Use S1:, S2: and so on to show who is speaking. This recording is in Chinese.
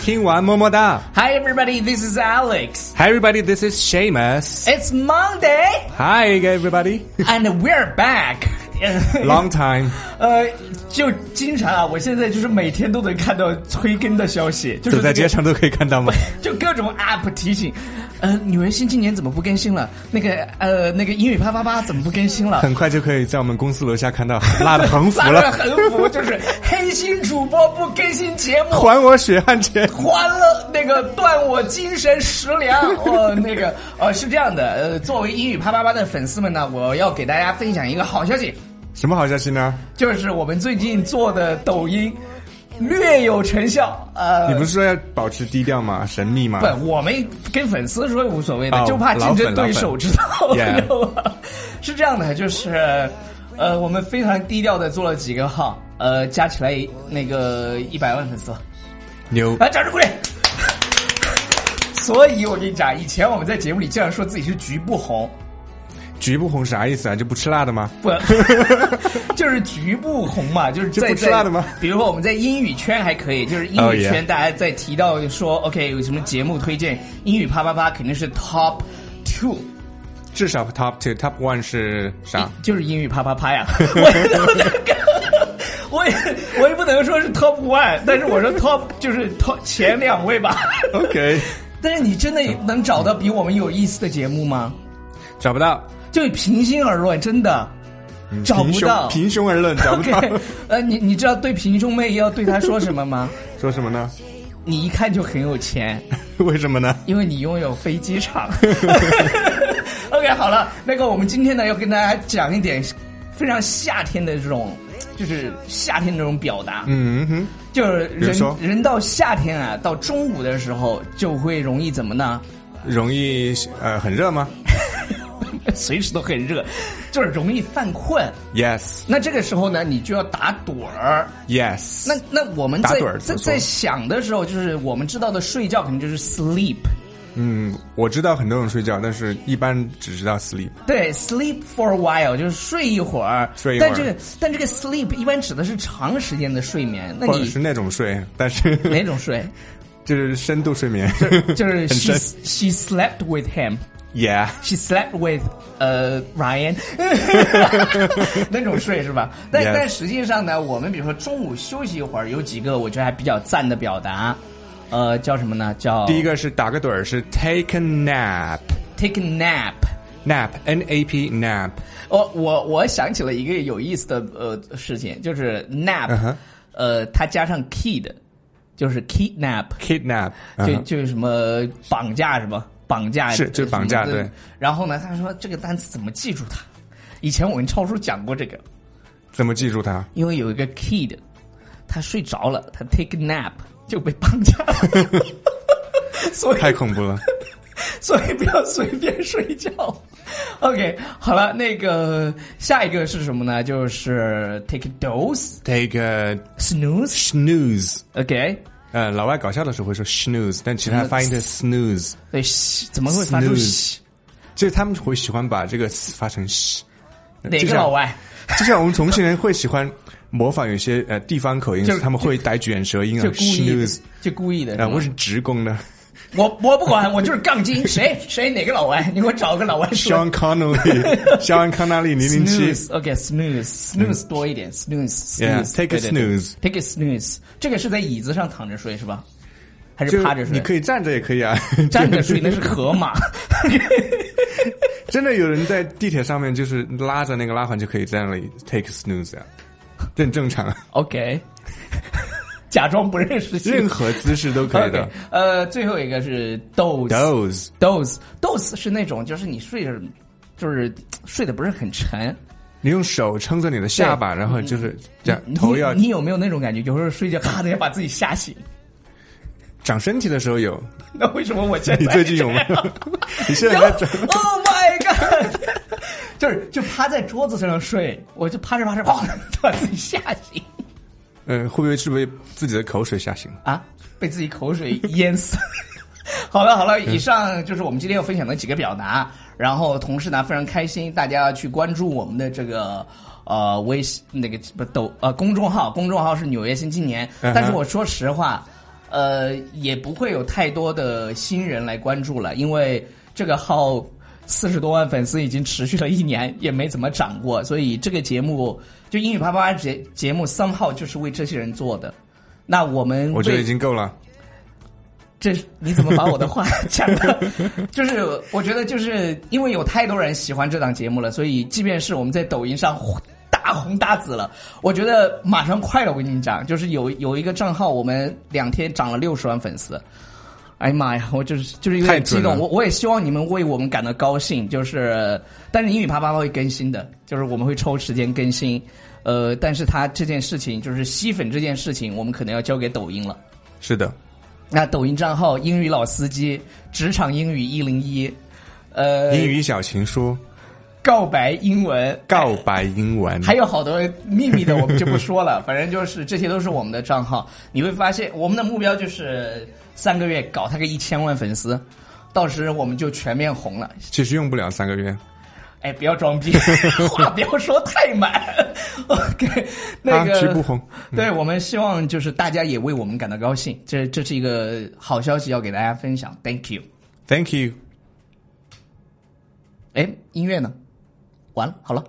S1: 听完么么哒。
S2: Hi everybody, this is Alex.
S1: Hi everybody, this is Seamus.
S2: It's Monday
S1: Hi everybody,
S2: and we're back.
S1: long time.
S2: 呃，就经常啊，我现在就是每天都能看到催更的消息，就是、
S1: 走在街，上都可以看 到吗？
S2: 就各种 app 提醒，呃，女人新青年怎么不更新了？那个呃，那个英语啪啪啪怎么不更新了？
S1: 很快就可以在我们公司楼下看到辣的横幅
S2: 拉着
S1: 了。
S2: 横幅就是黑心主播不更新节目，
S1: 还我血汗钱！
S2: 还了那个断我精神食粮。 哦，那个呃是这样的，呃，作为英语啪啪啪的粉丝们呢，我要给大家分享一个好消息，
S1: 什么好消息呢？
S2: 就是我们最近做的抖音略有成效。呃，
S1: 你不是说要保持低调吗？神秘吗？
S2: 不，我们跟粉丝说无所谓的，
S1: 哦
S2: 就怕竞争对
S1: 老
S2: 手
S1: 粉
S2: 知道，
S1: Yeah
S2: 知 道吧？是这样的，就是呃，我们非常低调的做了几个号，呃，加起来那个一百万粉丝了。
S1: 牛！
S2: 来，掌声鼓励。所以我跟你讲，以前我们在节目里经常说自己是局部红，
S1: 局部红啥意思啊？就不吃辣的吗？
S2: 不，就是局部红嘛，就是
S1: 就
S2: 在
S1: 不吃辣的吗
S2: 在比如说我们在英语圈还可以，就是英语
S1: Oh,
S2: 圈
S1: yeah.
S2: 大家在提到说、OK 有什么节目推荐，英语啪啪啪肯定是 Top Two。
S1: 至少 top two top one 是啥？
S2: 就是英语啪啪啪呀， 我也不能跟，我也我也不能说是 top one，但是我说 top 就是 top 前两位吧。
S1: OK，
S2: 但是你真的能找到比我们有意思的节目吗？
S1: 找不到，
S2: 就平心而论，真的找
S1: 嗯平
S2: 不
S1: 胸
S2: 到。
S1: 平胸而 论，找不
S2: OK，
S1: 到。
S2: 呃，你你知道对平胸妹要对她说什么吗？
S1: 说什么呢？
S2: 你一看就很有钱，
S1: 为什么呢？
S2: 因为你拥有飞机 场。OK，好了，那个我们今天呢要跟大家讲一点非常夏天的这种，就是夏天的这种表达，
S1: 嗯哼，
S2: 就是
S1: 比如说
S2: 人人到夏天啊，到中午的时候就会容易怎么呢？
S1: 容易呃很热吗
S2: 随时都很热，就是容易犯困。
S1: ？Yes
S2: 那这个时候呢，你就要打盹儿。
S1: Yes。
S2: 那那我们
S1: 打
S2: 在
S1: 盹
S2: 在
S1: 儿怎么说
S2: 在想的时候，就是我们知道的睡觉肯定就是 sleep，
S1: 嗯，我知道很多人睡觉，但是一般只知道 sleep。
S2: 对 sleep for a while 就是睡一会儿。
S1: 睡一会儿
S2: 但这个但这个 sleep 一般指的是长时间的睡眠。那
S1: 或者
S2: 你
S1: 是那种睡，但是
S2: 哪种睡？
S1: 就是深度睡眠，
S2: 就是 she
S1: 深
S2: she slept with him。
S1: yeah，
S2: She slept with 呃 Ryan，那种睡是吧？但
S1: Yes.
S2: 但实际上呢，我们比如说中午休息一会儿，有几个我觉得还比较赞的表达，呃，叫什么呢？叫
S1: 第一个是打个盹儿，是 take a nap，nap
S2: take a nap。
S1: n a p nap，
S2: 我哦我我想起了一个有意思的呃事情，就是 nap，、
S1: 嗯哼
S2: 呃，它加上 kid，就是 kidnap，
S1: kidnap，
S2: 就
S1: 嗯
S2: 就是什么绑架是吧？绑架
S1: 是就是绑架
S2: 什么的
S1: 对。
S2: 然后呢，他说这个单词怎么记住它？以前我跟超叔讲过这个。
S1: 怎么记住 它？
S2: 因为有一个 kid，他睡着了，他 take a nap 就被绑架了， 所以
S1: 太恐怖了。
S2: 所以不要随便睡觉。OK，好了，那个下一个是什么呢？就是 take a dose
S1: take a
S2: snooze。
S1: snooze，
S2: OK，
S1: 呃，老外搞笑的时候会说 snooze，但其实它发音的 snooze，
S2: 对，嘘怎么会发出
S1: Snooze
S2: 嘘
S1: 就是他们会喜欢把这个 s 发成 sh，
S2: 哪
S1: 就
S2: 个
S1: 像啊
S2: 老外？
S1: 就像我们重庆人会喜欢模仿有些呃地方口音，
S2: 就是
S1: 他们会带卷舌音啊
S2: 就故意的
S1: ，snooze，
S2: 就故意的。
S1: 啊，
S2: 是吗
S1: 我是职工的
S2: 我我不管，我就是杠精。谁谁哪个老外？你给我找个老外说。
S1: ，Sean Connery，肖恩康纳利零零 七
S2: Snooze，OK，snooze，snooze 多一点，snooze，snooze，take
S1: 嗯，yeah，take a snooze。
S2: take a snooze，这个是在椅子上躺着睡是吧？还
S1: 就是
S2: 趴着
S1: 你
S2: 睡？
S1: 可以站着也可以啊，
S2: 站 着睡那是河马。
S1: 真的有人在地铁上面就是拉着那个拉环就可以在那里 take a snooze 啊，这很正常，啊
S2: OK，假装不认识。
S1: 任何姿势都可 以
S2: OK，
S1: 的。
S2: 呃，最后一个是 doze，doze，doze
S1: Those
S2: 是那种就是你睡着，就是睡得不是很沉。
S1: 你用手撑着你的下巴，然后就是这样，
S2: 嗯你
S1: 头要
S2: 你有没有那种感觉？有时候睡觉咔的要把自己吓醒。
S1: 长身体的时候有，
S2: 那为什么我现在
S1: 你最近有吗
S2: 这样？
S1: 你现在在长
S2: Oh my god！就是 就趴在桌子上睡，我就趴着趴着， 哐，把自己吓醒
S1: 嗯，会不会是被自己的口水吓醒？
S2: 啊，被自己口水 淹死。好了好
S1: 嗯
S2: 了，以上就是我们今天要分享的几个表达。然后同时呢，非常开心，大家要去关注我们的这个呃微信那个不抖呃公众号，公众号是纽约新青年。
S1: 嗯哼
S2: 但是我说实话，呃，也不会有太多的新人来关注了，因为这个号四十多万粉丝已经持续了一年，也没怎么涨过，所以这个节目就英语啪啪啪节节目三号就是为这些人做的。那我们
S1: 我觉得
S2: 为
S1: 已经够了。
S2: 这是你怎么把我的话 讲的？就是我觉得，就是因为有太多人喜欢这档节目了，所以即便是我们在抖音上火大红大紫了，我觉得马上快了。我跟你们讲，就是有有一个账号，我们两天涨了六十万粉丝。哎呀妈呀！我就是就是有
S1: 太
S2: 点激
S1: 准了
S2: 动，我我也希望你们为我们感到高兴。就是，但是英语啪啪啪会更新的，就是我们会抽时间更新。呃，但是它这件事情，就是吸粉这件事情，我们可能要交给抖音了。
S1: 是的，
S2: 那抖音账号英语老司机，职场英语一零一，呃，
S1: 英语小情书，
S2: 告白英文，
S1: 告白英文，
S2: 还有好多秘密的我们就不说 了，反正就是这些都是我们的账号。你会发现，我们的目标就是三个月搞他个一千万粉丝，到时我们就全面红了。
S1: 其实用不了三个月。
S2: 哎，不要 装逼，话不要说太满。OK，那个、
S1: 啊、谁不红？
S2: 对，我们希望就是大家也为我们感到高兴，这这是一个好消息要给大家分享。Thank you。
S1: Thank you。
S2: 哎，音乐呢？完了，好了。